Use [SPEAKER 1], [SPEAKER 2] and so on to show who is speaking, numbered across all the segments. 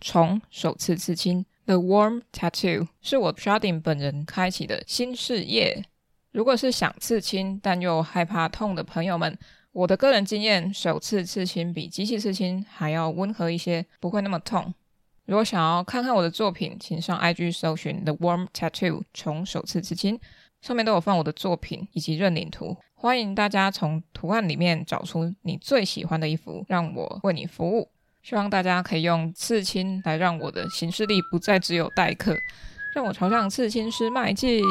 [SPEAKER 1] 虫首次刺青 The Worm Tattoo 是我 Sharding 本人开启的新事业。如果是想刺青但又害怕痛的朋友们，我的个人经验，首次刺青比机器刺青还要温和一些，不会那么痛。如果想要看看我的作品，请上 IG 搜寻 The Worm Tattoo 虫首次刺青，上面都有放我的作品以及认领图。欢迎大家从图案里面找出你最喜欢的一幅，让我为你服务。希望大家可以用刺青来让我的行事力不再只有待客，让我朝向刺青师迈进。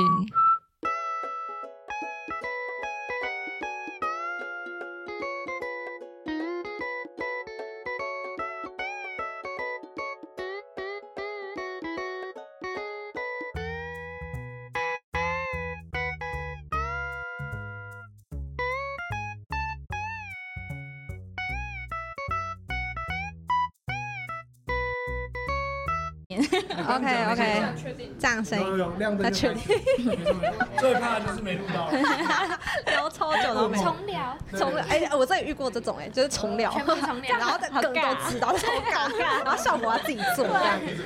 [SPEAKER 2] OK OK，掌声。
[SPEAKER 3] 有有亮灯就
[SPEAKER 2] 确
[SPEAKER 3] 开始，最怕就是没录到。
[SPEAKER 2] 聊超久了，从
[SPEAKER 4] 重
[SPEAKER 5] 哦
[SPEAKER 4] 聊，
[SPEAKER 2] 从哎，我真的遇过这种哎，就是重聊，
[SPEAKER 4] 全部重 聊
[SPEAKER 2] 然后再
[SPEAKER 4] 很
[SPEAKER 2] 更都
[SPEAKER 4] 尬
[SPEAKER 2] 知道，超尴尬，然后效果要自己做这 样子。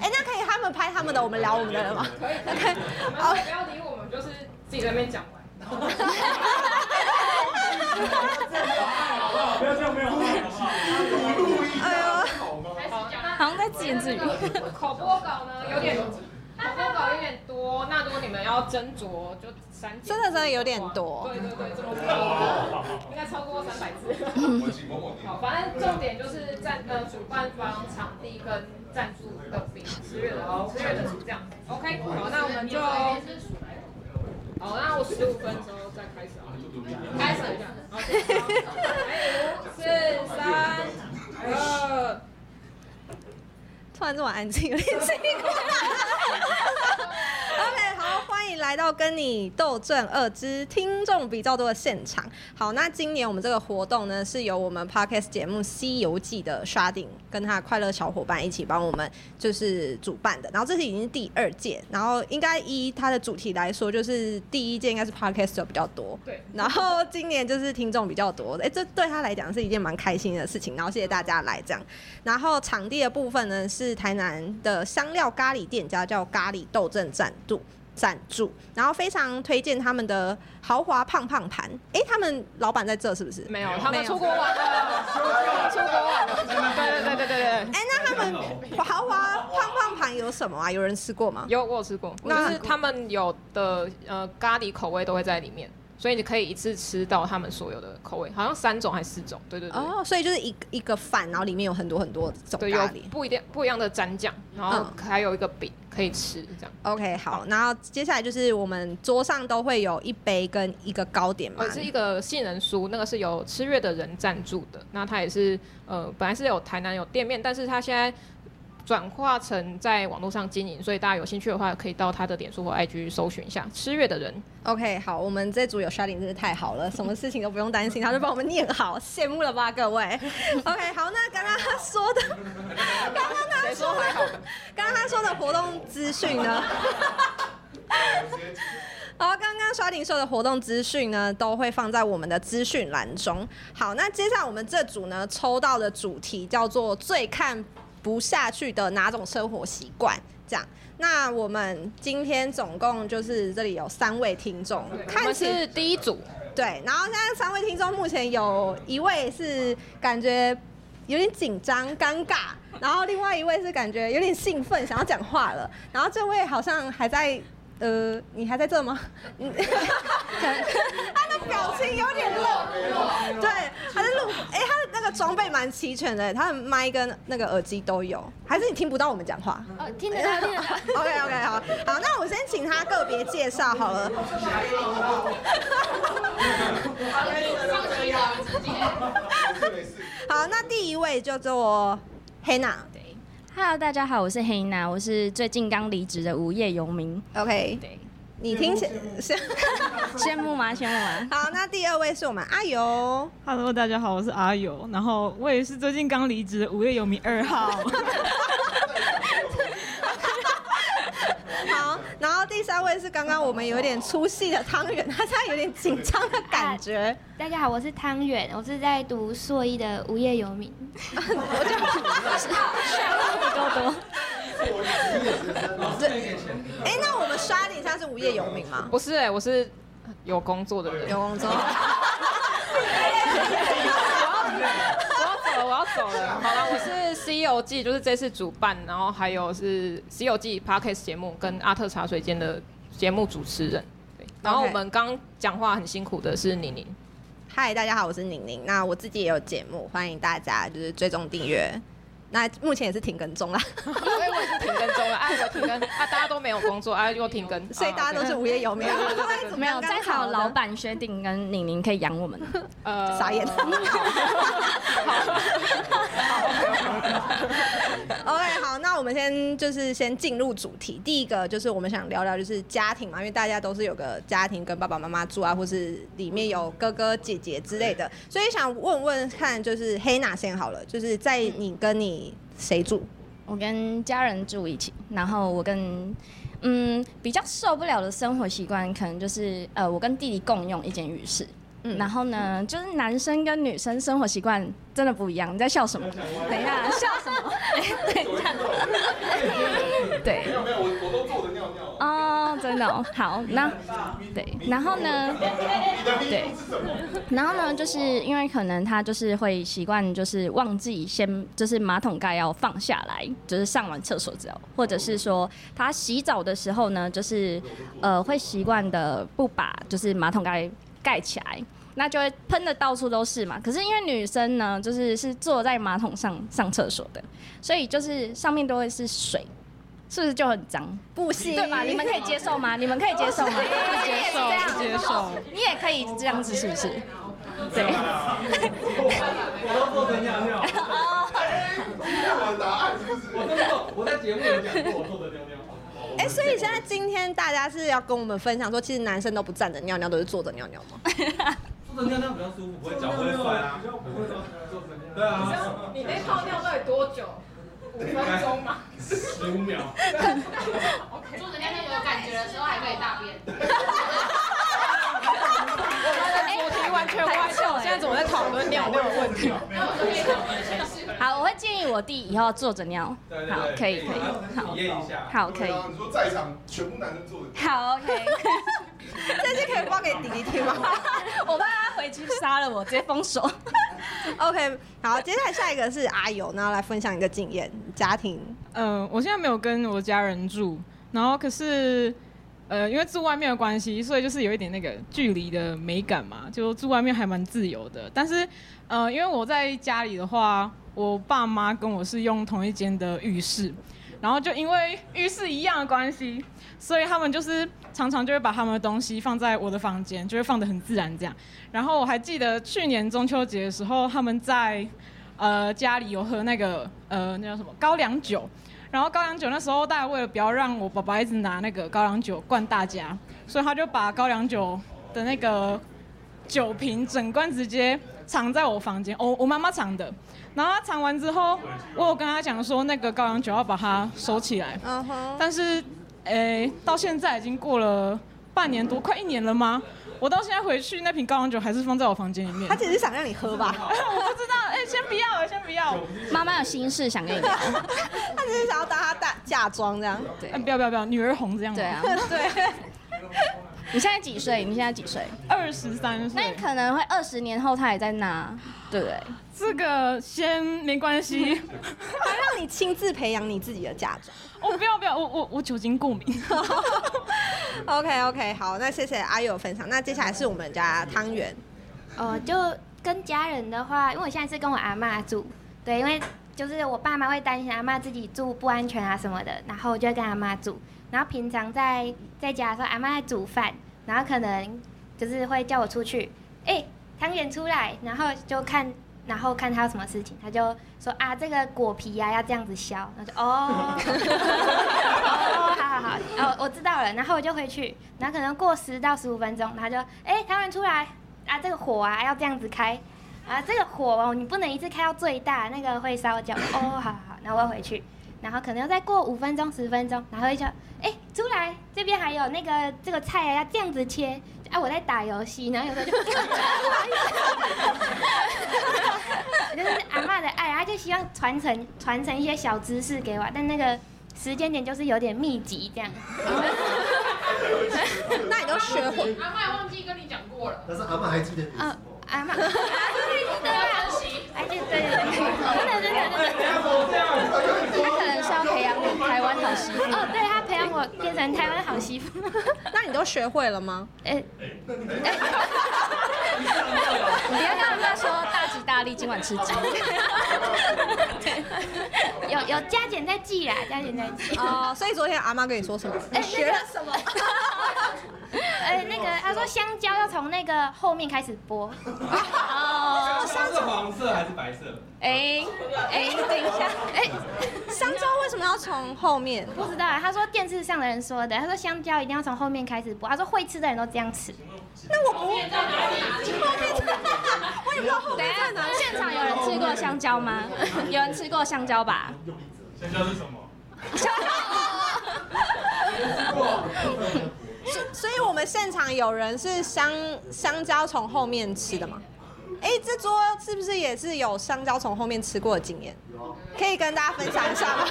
[SPEAKER 2] 哎，那可以他们拍他们的，我们聊我们的了吗？OK，好。
[SPEAKER 1] 不要理我们，就是自己在那边讲完。
[SPEAKER 3] 不要这样，没有好不好？
[SPEAKER 2] 哎呦，
[SPEAKER 4] 好像在自言自语。
[SPEAKER 1] 口播稿呢有点，口播稿有点多，那如果你们要斟酌，就删减。
[SPEAKER 2] 真的真的有点多。
[SPEAKER 1] 对对对，这么多，应该超过三百字。好，反正重点就是赞呃主办方、场地跟赞助的饼，十月的哦，十月的这样。OK，好，那我们就，好，那我十五分钟再开始啊，开始一下。OK，好，五、四、三、二。
[SPEAKER 2] 突然这么安静，有点奇怪。OK，好，欢迎来到跟你斗阵二之听众比较多的现场。好，那今年我们这个活动呢，是由我们 Podcast 节目《西游记》的刷顶跟他的快乐小伙伴一起帮我们就是主办的。然后这是已经是第二届，然后应该依它的主题来说，就是第一届应该是 Podcast 比较多，
[SPEAKER 1] 对
[SPEAKER 2] 然后今年就是听众比较多，哎、这对他来讲是一件蛮开心的事情。然后谢谢大家来这样。然后场地的部分呢，是台南的香料咖喱店家叫咖喱斗阵赞助赞助，然后非常推荐他们的豪华胖胖盘。哎，他们老板在这是不是？
[SPEAKER 1] 没有，他们出国玩了，出国玩了。对对对对对对，
[SPEAKER 2] 哎，那他们豪华胖胖盘有什么啊？有人吃过吗？
[SPEAKER 1] 有我有吃过，
[SPEAKER 2] 那
[SPEAKER 1] 就是他们有的呃咖喱口味都会在里面，所以你可以一次吃到他们所有的口味，好像三种还是四种。对对对，
[SPEAKER 2] 哦，所以就是一一个饭，然后里面有很多很多种
[SPEAKER 1] 对有
[SPEAKER 2] 咖喱。嗯
[SPEAKER 1] 不一定不一样的蘸酱，然后还有一个饼可以吃这样。
[SPEAKER 2] OK，好，然后接下来就是我们桌上都会有一杯跟一个糕点嘛
[SPEAKER 1] 呃，，是一个杏仁酥，那个是由吃月的人赞助的。那它也是呃，本来是有台南有店面，但是它现在转化成在网络上经营，所以大家有兴趣的话，可以到他的脸书或 IG 搜寻一下吃月的人。
[SPEAKER 2] OK，好，我们这组有 s h a l i n 真是太好了，什么事情都不用担心，他就帮我们念好，羡慕了吧，各位？OK，好，那刚刚他说的，刚刚他说的，刚刚他说的活动资讯呢？好，刚刚刷顶秀的活动资讯呢，都会放在我们的资讯栏中。好，那接下来我们这组呢抽到的主题叫做“最看不下去的哪种生活习惯”，这样。那我们今天总共就是这里有三位听众，
[SPEAKER 1] 我
[SPEAKER 2] 看
[SPEAKER 1] 们
[SPEAKER 2] 起
[SPEAKER 1] 是第一组，
[SPEAKER 2] 对，然后现在三位听众目前有一位是感觉有点紧张、尴尬，然后另外一位是感觉有点兴奋，想要讲话了，然后这位好像还在。呃，你还在这吗？ 嗯他的表情有点愣，对，他在录，哎、他的那个装备蛮齐全的，他的麦跟那个耳机都有，还是你听不到我们讲话？
[SPEAKER 4] 哦，听得到，听得到。
[SPEAKER 2] OK OK 好好，那我先请他个别介绍好了。 好，那第一位叫做黑娜
[SPEAKER 4] Hello，大家好，我是黑娜，我是最近刚离职的无业游民，
[SPEAKER 2] ，OK，
[SPEAKER 4] 对，
[SPEAKER 2] 你听起是
[SPEAKER 4] 羡慕吗？羡慕吗？
[SPEAKER 2] 好。那第二位是我们阿尤，
[SPEAKER 6] Hello，大家好，我是阿友，然后我也是最近刚离职的无业游民二号。
[SPEAKER 2] 好，然后第三位是刚刚我们有点出戏的汤圆，他现在有点紧张的感觉。
[SPEAKER 7] 大家好，我是汤圆，我是在读硕一的无业游民。
[SPEAKER 2] 我就
[SPEAKER 4] 多。
[SPEAKER 2] 哎、那我们刷顶像是无业游民吗？
[SPEAKER 1] 不是哎、我是有工作的人，
[SPEAKER 2] 有工作。
[SPEAKER 1] 我要走了，我要走了。好了，我是《西游记》，就是这次主办，然后还有是《西游记》Podcast 节目跟阿特茶水间的节目主持人。对，然后
[SPEAKER 2] OK
[SPEAKER 1] 我们刚讲话很辛苦的是宁宁，
[SPEAKER 2] 嗨，大家好，我是宁宁。那我自己也有节目，欢迎大家就是追踪订阅。那目前也是停更中啦，
[SPEAKER 4] 哦
[SPEAKER 1] 所以我也是停更中了，哎、我停更，啊，大家都没有工作，哎、又停更，
[SPEAKER 2] 所以大家都是无业游民。 对
[SPEAKER 4] 没有，再好老板薛定跟宁宁可以养我 们。
[SPEAKER 1] 呃
[SPEAKER 2] 傻眼。OK，好，那我们先就是先进入主题。第一个就是我们想聊聊就是家庭嘛，因为大家都是有个家庭跟爸爸妈妈住啊，或是里面有哥哥姐姐之类
[SPEAKER 4] 嗯
[SPEAKER 2] 的，所以想问问看，就是黑娜先好了，就是在你跟你谁住？
[SPEAKER 4] 我跟家人住一起，然后我跟嗯比较受不了的生活习惯，可能就是呃我跟弟弟共用一间浴室。
[SPEAKER 2] 嗯
[SPEAKER 4] 然后呢，就是男生跟女生生活习惯真的不一样。你在笑什么？等一下，笑什 么？哎等一下， 对
[SPEAKER 7] 没，有没有，我我都做我的尿尿了。
[SPEAKER 4] 哦，真的、哦、好，那对，然后呢，
[SPEAKER 7] 你的秘
[SPEAKER 4] 对
[SPEAKER 7] 密是什么？
[SPEAKER 4] 然后呢，就是因为可能他就是会习惯，就是忘记先就是马桶盖要放下来，就是上完厕所之后，或者是说他洗澡的时候呢，就是呃会习惯的不把就是马桶盖盖起来。那就会喷的到处都是嘛。可是因为女生呢，就是是坐在马桶上上厕所的，所以就是上面都会是水，是不是就很脏？
[SPEAKER 2] 不行，
[SPEAKER 4] 对吧？你们可以接受吗？你们可以接受吗？你可以接受
[SPEAKER 6] 受不接受？
[SPEAKER 4] 你也可以这样子，是不是？对，
[SPEAKER 3] 我都做的尿尿，
[SPEAKER 7] 我的答案是不是？
[SPEAKER 3] 我都做，我在节目里讲过我做的尿尿。
[SPEAKER 2] 哎、所以现在今天大家是要跟我们分享说，其实男生都不站着尿尿，都是坐着尿尿吗？
[SPEAKER 3] 做的尿尿比较舒服，不会脚不会酸啊。对啊，
[SPEAKER 1] 你那泡尿到底多久？五分钟嘛。
[SPEAKER 3] 十五秒。
[SPEAKER 1] 主题完全歪掉，现在怎么在讨论尿尿的问题？
[SPEAKER 4] 好，我会建议我弟以后坐着尿。
[SPEAKER 3] 对对对
[SPEAKER 4] 好，可以可以，好
[SPEAKER 3] 体，验一下。
[SPEAKER 4] 好可以，
[SPEAKER 7] 啊你说在场全部男生做的，
[SPEAKER 4] 好 OK。
[SPEAKER 2] 这些可以报给弟弟听吗
[SPEAKER 4] 我怕 他回去杀了我，直接封 锁。
[SPEAKER 2] ？OK，好，接下来下一个是阿友，那来分享一个经验，家庭
[SPEAKER 6] 呃，我现在没有跟我家人住，然后可是呃，因为住外面的关系，所以就是有一点那个距离的美感嘛，就住外面还蛮自由的。但是呃，因为我在家里的话，我爸妈跟我是用同一间的浴室。然后就因为浴室一样的关系，所以他们就是常常就会把他们的东西放在我的房间，就会放得很自然这样。然后我还记得去年中秋节的时候，他们在呃家里有喝那个呃那叫什么高粱酒，然后高粱酒那时候大家为了不要让我爸爸一直拿那个高粱酒灌大家，所以他就把高粱酒的那个酒瓶整罐直接藏在我房间，哦我我妈妈藏的。然后他藏完之后，我有跟他讲说那个高粱酒要把它收起来，
[SPEAKER 2] 嗯哼，
[SPEAKER 6] 但是，诶、到现在已经过了半年多，快一年了吗？我到现在回去，那瓶高粱酒还是放在我房间里面。
[SPEAKER 2] 他只是想让你喝吧，
[SPEAKER 6] 我不知道，哎、先不要，先 不要，
[SPEAKER 4] 妈妈有心事想跟你 聊，
[SPEAKER 2] 他只是想要当他大嫁妆这 样。
[SPEAKER 4] 对
[SPEAKER 6] 嗯，不要不要不要，女儿红这样。
[SPEAKER 4] 对啊。
[SPEAKER 2] 对，
[SPEAKER 4] 你现在几岁？你现在几岁？
[SPEAKER 6] 二十三
[SPEAKER 4] 那
[SPEAKER 6] 岁
[SPEAKER 4] 你，可能会二十年后他也在那，对不对？
[SPEAKER 6] 这个先没关系。
[SPEAKER 2] 他让你亲自培养你自己的嫁妆。
[SPEAKER 6] 我哦不要不要，我我我酒精过敏。
[SPEAKER 2] OK OK，好，那谢谢阿友的分享。那接下来是我们家汤圆，
[SPEAKER 5] 哦，就跟家人的话，因为我现在是跟我阿妈住，对，因为就是我爸妈会担心阿妈自己住不安全啊什么的，然后我就会跟阿妈住。然后平常在在家的时候，阿妈在煮饭，然后可能就是会叫我出去，哎、汤圆出来，然后就看，然后看他有什么事情，他就说啊，这个果皮呀、要这样子削，然后就哦， 哦，好好好，哦，我知道了，然后我就回去，然后可能过十到十五分钟，然后就哎、汤圆出来，啊，这个火啊要这样子开，啊，这个火哦，你不能一次开到最大，那个会烧焦。哦，好好好，然后我回去，然后可能要再过五分钟、十分钟，然后就哎出来，这边还有那个这个菜啊要这样子切。啊，我在打游戏，然后有时候就，就是阿嬷的爱，她就希望传承传承一些小知识给我，但那个时间点就是有点密集这样。
[SPEAKER 2] 那你就学会。
[SPEAKER 6] 阿麦忘记跟你讲过了，
[SPEAKER 8] 但是阿妈还记得你
[SPEAKER 5] 嗯
[SPEAKER 8] 什么？
[SPEAKER 5] 阿嬷，对啊，哎对对对，真的真的真的。
[SPEAKER 4] 他可能是要培养你台湾好 媳妇。
[SPEAKER 5] 哦，对他培养我变成台湾好媳妇。
[SPEAKER 2] 那你都学会了吗？
[SPEAKER 5] 哎，
[SPEAKER 4] 你要跟阿妈说大吉大利，今晚吃 鸡。
[SPEAKER 5] 有有加减在记啦，加减在记。
[SPEAKER 2] 哦，所以昨天阿妈跟你说什么？你学了什么？
[SPEAKER 5] 哎，那个他说香蕉要从那个后面开始剥。哦，
[SPEAKER 3] 它是黄色还是白色？
[SPEAKER 4] 哎哎，等一下，
[SPEAKER 5] 哎，
[SPEAKER 2] 香蕉为什么要从后面？
[SPEAKER 5] 不知道啊，他说电视上的人说的，他说香蕉一定要从后面开始剥，他说会吃的人都这样吃。
[SPEAKER 2] 那我不后面在哪里？我也不知道后
[SPEAKER 4] 等
[SPEAKER 2] 面
[SPEAKER 4] 一
[SPEAKER 2] 在哪
[SPEAKER 4] 下，现场有人吃过香蕉吗？有人吃过香蕉吧？
[SPEAKER 8] 用力折，
[SPEAKER 3] 香蕉是什么？
[SPEAKER 2] 里。所所以我们现场有人是香香蕉从后面吃的吗？哎，这桌是不是也是有香蕉从后面吃过的经验？
[SPEAKER 8] 有啊
[SPEAKER 2] 可以跟大家分享一下吗？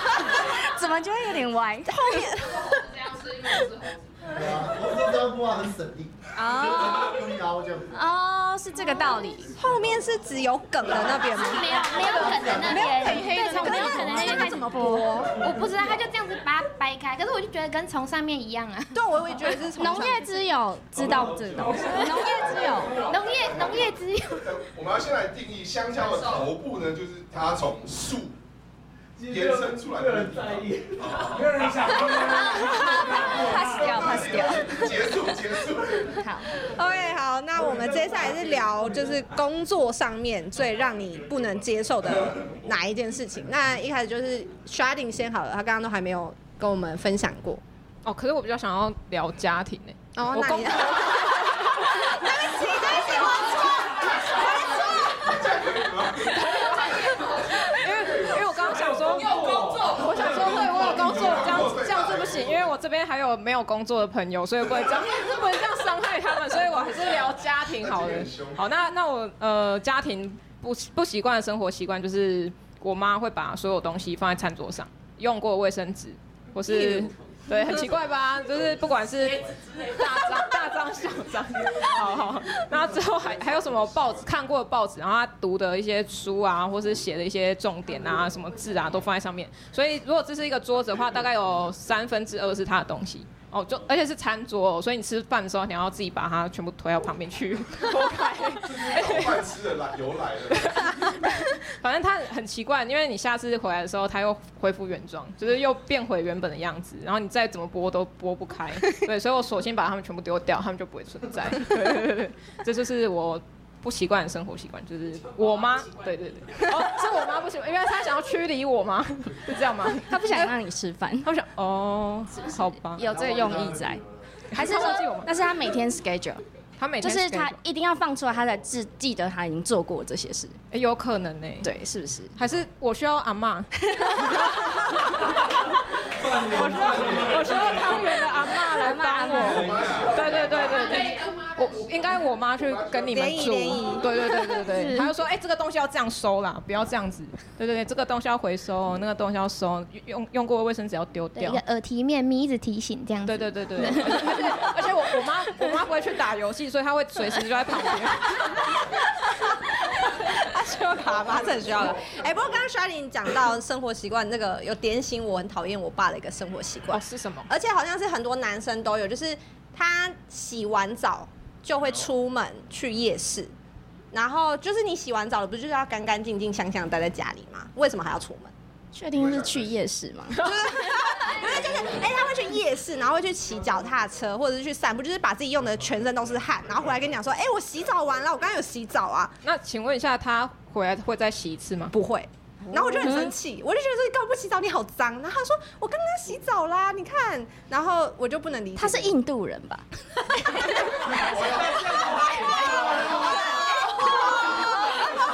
[SPEAKER 4] 怎么就会有点歪？
[SPEAKER 2] 后面
[SPEAKER 8] 对啊，我们这样播啊很省力，
[SPEAKER 4] 哦
[SPEAKER 8] 用力凹这样子。
[SPEAKER 4] 哦，是这个道理。
[SPEAKER 2] 后面是只有梗的那边吗？
[SPEAKER 5] 没有没有梗的那边，对，从没有梗的那
[SPEAKER 2] 那
[SPEAKER 5] 边
[SPEAKER 2] 它
[SPEAKER 5] 开始
[SPEAKER 2] 怎么剥？
[SPEAKER 5] 我不知道，他就这样子把它掰开，可是我就觉得跟从上面一样啊。
[SPEAKER 2] 对，我也觉得是从
[SPEAKER 4] 农业之友知道这个东西，农业之友。
[SPEAKER 5] 农业农业之友，
[SPEAKER 7] 呃我们要先来定义香蕉的头部呢，就是它从树延伸出来
[SPEAKER 3] 没有
[SPEAKER 7] 的
[SPEAKER 3] 人
[SPEAKER 7] 地
[SPEAKER 3] 在
[SPEAKER 7] 方。
[SPEAKER 3] 意，没有人想。
[SPEAKER 4] pass 掉，pass 掉。
[SPEAKER 7] 结束结束。
[SPEAKER 4] 好，
[SPEAKER 2] OK，好，那我们接下来是聊就是工作上面最让你不能接受的哪一件事情。那一开始就是 Sharding 先好了，他刚刚都还没有跟我们分享过。
[SPEAKER 1] 哦，可是我比较想要聊家庭呢、
[SPEAKER 2] 哦，
[SPEAKER 1] 我
[SPEAKER 2] 那
[SPEAKER 1] 工
[SPEAKER 2] 你对
[SPEAKER 1] 作
[SPEAKER 2] 不起，对不起，我
[SPEAKER 1] 因为因为我刚刚想说，我想说对我有工作，这样这样是不行，因为我这边还有没有工作的朋友，所以不能这样不能这样伤害他们，所以我还是聊家庭好了。好，那那我呃家庭不不习惯的生活习惯就是，我妈会把所有东西放在餐桌上，用过的卫生纸或是。对，很奇怪吧？就是不管是大张、大张、小张，好好。然后之后还还有什么报纸看过的报纸，然后他读的一些书啊，或是写的一些重点啊、什么字啊，都放在上面。所以如果这是一个桌子的话，大概有三分之二是他的东西。哦，就而且是餐桌、哦，所以你吃饭的时候，你要自己把它全部推到旁边去拖开。
[SPEAKER 7] 老饭吃的来由来了，
[SPEAKER 1] 反正他很奇怪，因为你下次回来的时候，他又恢复原状，就是又变回原本的样子，然后你再怎么剥都剥不开。对，所以我索性把它们全部丢掉，它们就不会存在。对对对对，这就是我不习惯的生活习惯，就是我妈，对对对，哦，是我妈不习惯，因为她想要驱离我吗？ 是这样吗？
[SPEAKER 4] 他不想让你吃饭，
[SPEAKER 1] 她想，哦，好吧，
[SPEAKER 4] 有这个用意在，还是
[SPEAKER 1] 他忘记我
[SPEAKER 4] 说
[SPEAKER 1] 吗
[SPEAKER 4] 那是他每天 schedule，
[SPEAKER 1] 她每
[SPEAKER 4] 就
[SPEAKER 1] 天
[SPEAKER 4] 是他
[SPEAKER 1] schedule
[SPEAKER 4] 一定要放出来，他才记记得他已经做过这些事，
[SPEAKER 1] 诶有可能呢、
[SPEAKER 4] 对，是不是？
[SPEAKER 1] 还是 我需要阿妈，我需要我需要汤圆的阿妈来帮我。对对对对对，我应该我妈去跟你们
[SPEAKER 2] 联谊
[SPEAKER 1] 住
[SPEAKER 2] 联谊，
[SPEAKER 1] 对对对对对，她就说，哎、这个东西要这样收啦，不要这样子，对对对，这个东西要回收，那个东西要收，用用过的卫生纸要丢
[SPEAKER 5] 对一
[SPEAKER 1] 掉
[SPEAKER 4] 啊
[SPEAKER 5] 个。耳提面命一直提醒这样
[SPEAKER 1] 对
[SPEAKER 5] 子。
[SPEAKER 1] 对对对，而且而且而且我我妈我妈不会去打游戏，所以她会随时就在 旁边。
[SPEAKER 2] 他需要卡吧，这很需要 的。哎，不过刚刚 Sharding 讲到生活习惯，那个有点醒我很讨厌我爸的一个生活习惯
[SPEAKER 1] 哦，。是什么？
[SPEAKER 2] 而且好像是很多男生都有，就是他洗完澡就会出门去夜市，然后就是你洗完澡了，不是就是要干干净净、香香地待在家里吗？为什么还要出门？
[SPEAKER 4] 确定是去夜市吗？
[SPEAKER 2] 不是，就是哎、他会去夜市，然后会去骑脚踏车，或者是去散步，就是把自己用的全身都是汗，然后回来跟你讲说，哎、我洗澡完了，我刚刚有洗澡啊，
[SPEAKER 1] 那请问一下，她回来会再洗一次吗？
[SPEAKER 2] 不会。然后我就很生气，我就觉得说你干嘛不洗澡，你好脏。然后他说我刚刚洗澡啦，你看。然后我就不能理解。
[SPEAKER 4] 他是印度人吧？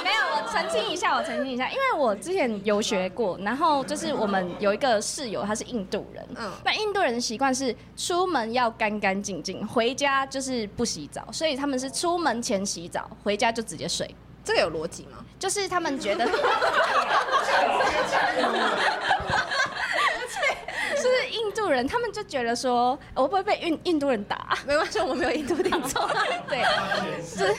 [SPEAKER 4] 没有，我澄清一下，我澄清一下，因为我之前游学过，然后就是我们有一个室友，他是印度人，
[SPEAKER 2] 嗯
[SPEAKER 4] 那印度人的习惯是出门要干干净净，回家就是不洗澡，所以他们是出门前洗澡，回家就直接睡。
[SPEAKER 2] 这个有逻辑吗？
[SPEAKER 4] 就是他们 觉得，就是印度人，他们就觉得说，我会不会被印印度人打？
[SPEAKER 2] 没关系，我们没有印度听众。
[SPEAKER 4] 对，就是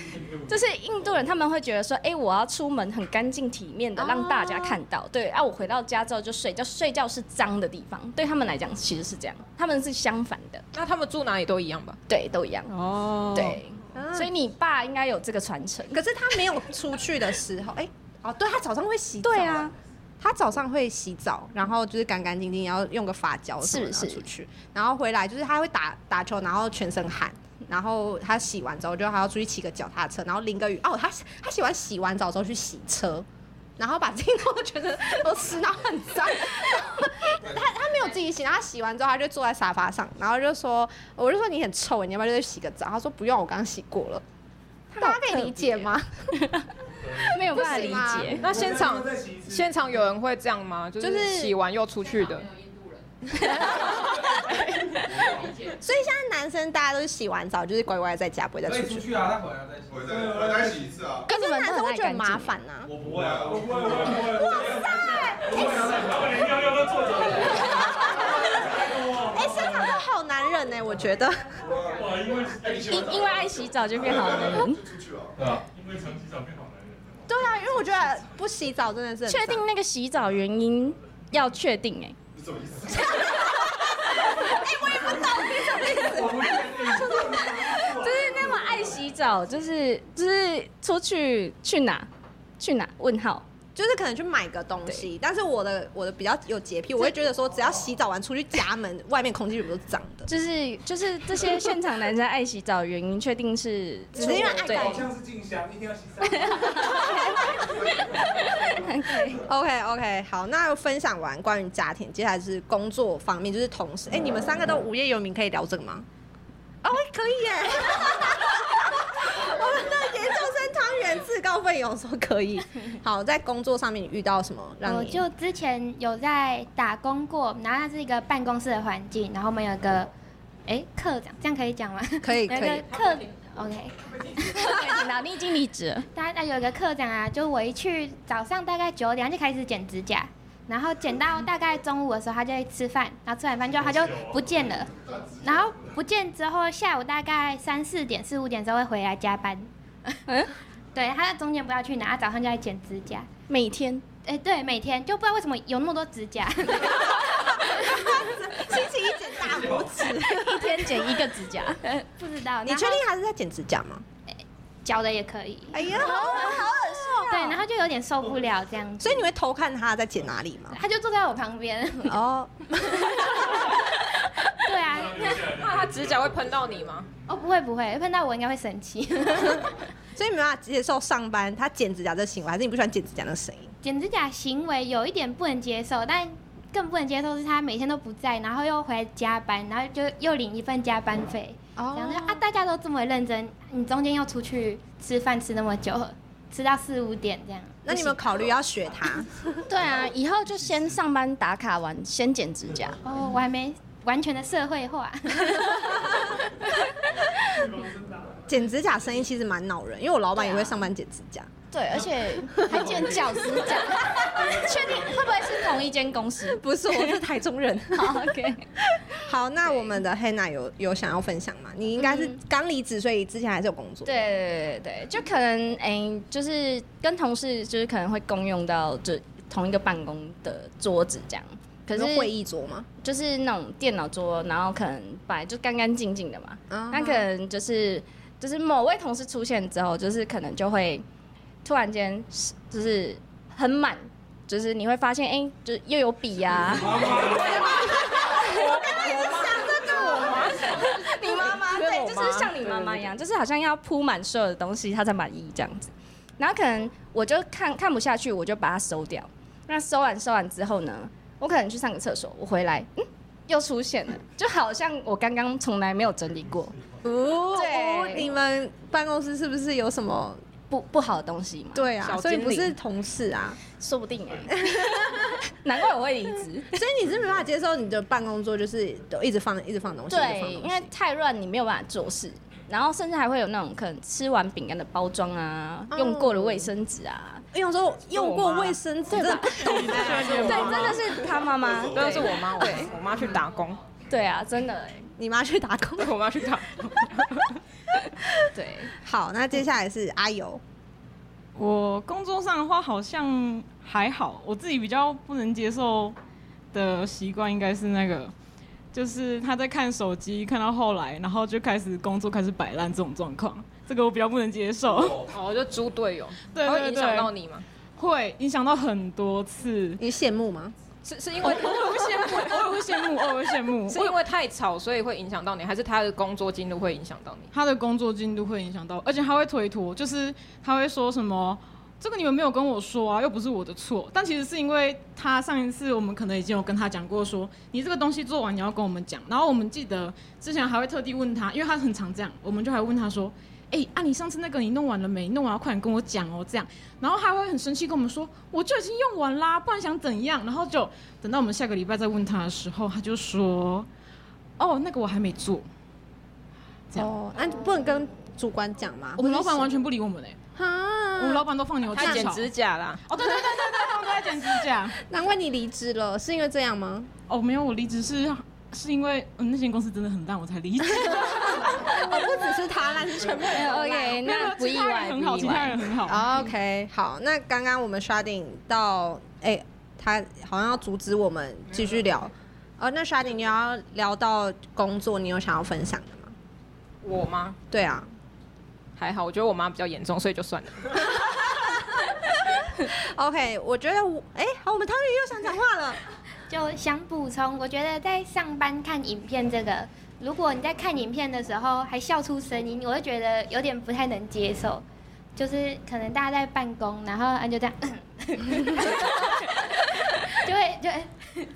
[SPEAKER 4] 就是印度人，他们会觉得说，哎、我要出门很干净体面的，让大家看
[SPEAKER 2] 哦
[SPEAKER 4] 到。对，啊，我回到家之后就睡觉，睡觉是脏的地方，对他们来讲其实是这样，他们是相反的，
[SPEAKER 1] 那他们住哪里都一样吧？
[SPEAKER 4] 对，都一样，
[SPEAKER 6] 哦，
[SPEAKER 4] 对。
[SPEAKER 2] 啊
[SPEAKER 4] 所以你爸应该有这个传承，
[SPEAKER 2] 可是他没有出去的时候，哎、哦，对他早上会洗澡，
[SPEAKER 4] 对啊，
[SPEAKER 2] 他早上会洗澡，然后就是干干净净，然后用个发胶什么的
[SPEAKER 4] 是是
[SPEAKER 2] 出去，然后回来就是他会打打球，然后全身汗。然后他洗完之后，就还要出去骑个脚踏车，然后淋个雨。哦，他他喜欢洗完澡之后去洗车，然后把自己弄得全身都湿，然后很脏。 他他没有自己洗，然后他洗完之后，他就坐在沙发上，然后就说：“我就说你很臭，你要不要去洗个澡？”他说：“不用，我刚洗过了。”大家可以理解 吗？
[SPEAKER 4] 没有办法
[SPEAKER 2] 不
[SPEAKER 4] 理
[SPEAKER 2] 行吗
[SPEAKER 4] 解。
[SPEAKER 1] 那现场
[SPEAKER 3] 再洗一次
[SPEAKER 1] 现场有人会这样吗？就
[SPEAKER 2] 就是是
[SPEAKER 1] 洗完又出去的，
[SPEAKER 2] 所以现在男生大家都是洗完澡就是乖乖在家，不会再
[SPEAKER 3] 可
[SPEAKER 2] 出
[SPEAKER 3] 以出
[SPEAKER 2] 去。
[SPEAKER 3] 去啊，他回来再洗，
[SPEAKER 7] 我再我再洗一次啊！
[SPEAKER 2] 可是男生会觉得很麻
[SPEAKER 4] 干净
[SPEAKER 2] 烦呐、
[SPEAKER 3] 我不会啊，我不会，我不会，我不会。哇塞！我连尿尿都坐着。
[SPEAKER 2] 哎、生长是好男人呢、欸我觉得。
[SPEAKER 3] 哇，哎因为
[SPEAKER 7] 哎，你喜
[SPEAKER 4] 因
[SPEAKER 7] 欢
[SPEAKER 4] 因为爱洗澡就变好男人。
[SPEAKER 7] 出去啊？
[SPEAKER 3] 对啊，因为长期长变好男人了。
[SPEAKER 2] 对啊，因为我觉得不洗澡真的是很
[SPEAKER 4] 确定那个洗澡原因要确定哎、
[SPEAKER 7] 你什么意思？
[SPEAKER 4] 就是那么爱洗澡，就是就是出去去哪去哪？问号，
[SPEAKER 2] 就是可能去买个东西，但是我的我的比较有洁癖，我会觉得说只要洗澡完出去家门，外面空气全部都是脏的。
[SPEAKER 4] 就是就是这些现场男生爱洗澡的原因，确定是
[SPEAKER 2] 只是因 为爱
[SPEAKER 4] 对
[SPEAKER 2] 干
[SPEAKER 3] 好像是静香，一定要洗 三次。
[SPEAKER 2] OK OK，好，那分享完关于家庭，接下来是工作方面，就是同事。哎、你们三个都无业游民，可以聊这个吗？哦，可以耶！ 我们的研究生汤圆自告奋勇说可以。好，在工作上面你遇到什么让
[SPEAKER 5] 我
[SPEAKER 2] 你？
[SPEAKER 5] 就之前有在打工过，然后它是一个办公室的环境，然后我们有一个哎课长，这样可以讲吗？
[SPEAKER 2] 可以
[SPEAKER 5] 有
[SPEAKER 2] 可
[SPEAKER 5] 一
[SPEAKER 2] 以
[SPEAKER 5] 个课，OK，
[SPEAKER 4] 那你已经离职了，
[SPEAKER 5] 大家有一个课长啊，就我一去早上大概九点他就开始剪指甲，然后剪到大概中午的时候他就会吃饭，然后吃完饭之后他就不见了，然后不见之后下午大概三四点四五点之后会回来加班， 对，他在中间不知道去哪，他早上就在剪指甲。
[SPEAKER 4] 每天
[SPEAKER 5] 哎、对，每天就不知道为什么有那么多指甲，
[SPEAKER 2] 星期一剪大拇指。
[SPEAKER 4] 一天剪一个指甲，
[SPEAKER 5] 不知道。
[SPEAKER 2] 你
[SPEAKER 5] 然后
[SPEAKER 2] 确定还是在剪指甲吗？
[SPEAKER 5] 脚的也可以，
[SPEAKER 2] 哎呀，好好恶心、
[SPEAKER 5] 对，然后就有点受不了这样
[SPEAKER 2] 哦
[SPEAKER 5] 子，
[SPEAKER 2] 所以你会偷看他在剪哪里吗？
[SPEAKER 5] 他就坐在我旁边，
[SPEAKER 2] 哦，
[SPEAKER 5] 对啊，
[SPEAKER 1] 那他指甲会喷到你吗？
[SPEAKER 5] 哦不会不会，碰到我应该会生气，
[SPEAKER 2] 所以你没办法接受上班他剪指甲这行为，还是你不喜欢剪指甲那个声音？
[SPEAKER 5] 剪指甲行为有一点不能接受，但更不能接受是他每天都不在，然后又回来加班，然后就又领一份加班费，
[SPEAKER 2] 哦
[SPEAKER 5] 然后就啊大家都这么认真，你中间又出去吃饭吃那么久，吃到四五点这样，
[SPEAKER 2] 那你有没有考虑要学他？
[SPEAKER 4] 对啊，以后就先上班打卡完，先剪指甲。
[SPEAKER 5] 哦我还没完全的社会化。
[SPEAKER 2] 剪指甲生意其实蛮恼人，因为我老板也会上班剪指甲。
[SPEAKER 4] 对，而且还剪脚指 甲，确定会不会是同一间公 司
[SPEAKER 2] 不是，我是台中人。
[SPEAKER 4] 好？OK， 哦
[SPEAKER 2] 好，那我们的黑娜有有想要分享吗？你应该是刚离职，所以之前还是有工作。，
[SPEAKER 4] 对对对，就可能哎、就是跟同事就是可能会共用到就同一个办公的桌子这样。可
[SPEAKER 2] 可
[SPEAKER 4] 是
[SPEAKER 2] 是会议桌吗？
[SPEAKER 4] 就是那种电脑桌，然后可能本来就干干净净的嘛，
[SPEAKER 2] 啊
[SPEAKER 4] 那 可能就是就是某位同事出现之后，就是可能就会突然间是就是很满，就是你会发现哎、就是又有笔呀、啊， 你妈 妈
[SPEAKER 1] 跟
[SPEAKER 4] 对，
[SPEAKER 1] 我
[SPEAKER 4] 就
[SPEAKER 1] 妈
[SPEAKER 4] 是像你妈妈一样，就是好像要铺满所有的东西，她才满意这样子。然后可能我就看看不下去，我就把它收掉。那收完收完之后呢，我可能去上个厕所，我回来，嗯，又出现了，就好像我刚刚从来没有整理过
[SPEAKER 2] 哦
[SPEAKER 4] 对
[SPEAKER 2] 你们办公室是不是有什么？
[SPEAKER 4] 不不好的东西 嘛。，
[SPEAKER 2] 对啊，
[SPEAKER 1] 小
[SPEAKER 2] 所以不
[SPEAKER 1] 精灵
[SPEAKER 2] 是同事啊，
[SPEAKER 4] 说不定哎、 难怪我会离职。
[SPEAKER 2] 所以你是没办法接受你的办公桌就是都一直放一直放东西，一直放
[SPEAKER 4] 对，
[SPEAKER 2] 东西
[SPEAKER 4] 因为太乱，你没有办法做事。然后甚至还会有那种可能吃完饼干的包装啊，
[SPEAKER 2] 哦
[SPEAKER 4] 用过的卫生纸啊，
[SPEAKER 2] 因为我说用过卫生纸，
[SPEAKER 4] 对
[SPEAKER 2] 真的
[SPEAKER 4] 吧
[SPEAKER 2] 不懂哎。
[SPEAKER 4] 对，真的是他妈妈，
[SPEAKER 6] 那是
[SPEAKER 4] 对，
[SPEAKER 6] 我妈，我我妈去打工，
[SPEAKER 4] 对啊，真的欸，
[SPEAKER 2] 你妈去打工。
[SPEAKER 6] 我妈去打工。
[SPEAKER 4] 对，
[SPEAKER 2] 好，那接下来是阿尤，
[SPEAKER 6] 我工作上的话好像还好，我自己比较不能接受的习惯应该是那个，就是他在看手机看到后来，然后就开始工作开始摆烂这种状况，这个我比较不能接受，
[SPEAKER 1] 哦，就猪队友，
[SPEAKER 6] 对
[SPEAKER 1] 它
[SPEAKER 6] 对
[SPEAKER 1] 会影响
[SPEAKER 6] 对
[SPEAKER 1] 到你吗？
[SPEAKER 6] 会影响到很多次。
[SPEAKER 2] 你羡慕吗？
[SPEAKER 1] 是是因为
[SPEAKER 6] 我也会羡慕，我也会羡慕，我也会羡慕。
[SPEAKER 1] 是因为太吵，所以会影响到你，还是他的工作进度会影响到你？
[SPEAKER 6] 他的工作进度会影响到，而且他会推脱，就是他会说什么。这个你们没有跟我说啊，又不是我的错。但其实是因为他上一次我们可能已经有跟他讲过说你这个东西做完你要跟我们讲。然后我们记得之前还会特地问他，因为他很常这样，我们就还问他说，哎、啊你上次那个你弄完了没？你弄完要快点跟我讲哦，这样。然后他会很生气跟我们说，哎啊我就已经用完啦，不然想怎样？然后就等到我们下个礼拜再问他的时候，他就说，哦，那个我还没做。这样
[SPEAKER 2] 哦，那你不能跟主管讲吗？
[SPEAKER 6] 我们老板完全不理我们哎、
[SPEAKER 2] 啊，
[SPEAKER 6] 我们老板都放牛吃
[SPEAKER 1] 他剪
[SPEAKER 6] 草。
[SPEAKER 1] 指甲啦，
[SPEAKER 6] 哦，对对对对对，他们都在剪指甲。
[SPEAKER 2] 难怪你离职了，是因为这样吗？
[SPEAKER 6] 哦，没有，我离职是是因为嗯那间公司真的很烂，我才离 职。
[SPEAKER 2] 哦，不只是他烂，是全部人
[SPEAKER 4] 嗯
[SPEAKER 2] 都烂
[SPEAKER 4] OK，
[SPEAKER 6] 没有没有
[SPEAKER 4] 那不
[SPEAKER 6] 其
[SPEAKER 4] 意
[SPEAKER 6] 他人
[SPEAKER 4] 外，
[SPEAKER 6] 很好，
[SPEAKER 4] 不
[SPEAKER 6] 其
[SPEAKER 4] 意
[SPEAKER 6] 他
[SPEAKER 4] 外。
[SPEAKER 6] 人很好。
[SPEAKER 2] OK，好，那刚刚我们刷顶到，哎、他好像要阻止我们继续聊。哦，那刷顶你要聊到工作，你有想要分享的吗？
[SPEAKER 1] 我吗？
[SPEAKER 2] 对 啊，
[SPEAKER 1] 还好，我觉得我妈比较严重，所以就算了。
[SPEAKER 2] 哦 OK，我觉得我哎、好，我们汤圆又想讲话了。
[SPEAKER 5] 就想补充，我觉得在上班看影片这个，如果你在看影片的时候还笑出声音，我会觉得有点不太能接受。就是可能大家在办公，然后啊就这样， 就会就会。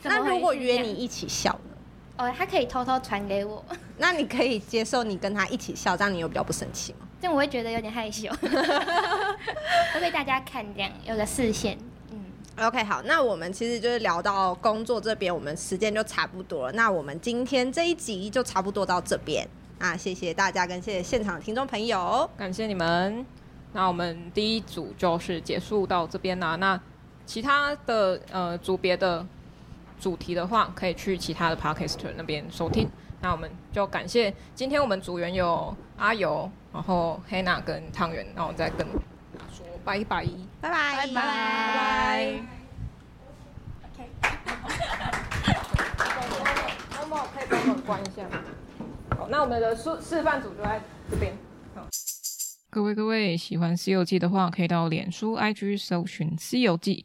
[SPEAKER 5] 怎么
[SPEAKER 2] 那
[SPEAKER 5] 回事
[SPEAKER 2] 如果约你
[SPEAKER 5] 这样，
[SPEAKER 2] 一起笑呢？
[SPEAKER 5] 哦，他可以偷偷传给我，
[SPEAKER 2] 那你可以接受你跟他一起笑，这样你有比较不生气吗？
[SPEAKER 5] 这样我会觉得有点害羞， 会被大家看这样，有个视线。嗯，
[SPEAKER 2] OK，好，那我们其实就是聊到工作这边，我们时间就差不多了。那我们今天这一集就差不多到这边啊，谢谢大家，跟谢谢现场的听众朋友。
[SPEAKER 1] 感谢你们。那我们第一组就是结束到这边啦。那其他的呃组别的主题的话，可以去其他的 podcaster 那边收听。那我们就感谢今天我们组员有阿尤，然后黑娜跟汤圆，那我再跟大家说拜拜。
[SPEAKER 2] 拜拜，拜拜。
[SPEAKER 1] 拜。默默可以帮我关一下。好，那我们的示示范组就在这边。各位各位，喜欢《西游记》的话，可以到脸书、IG 搜寻《西游记》。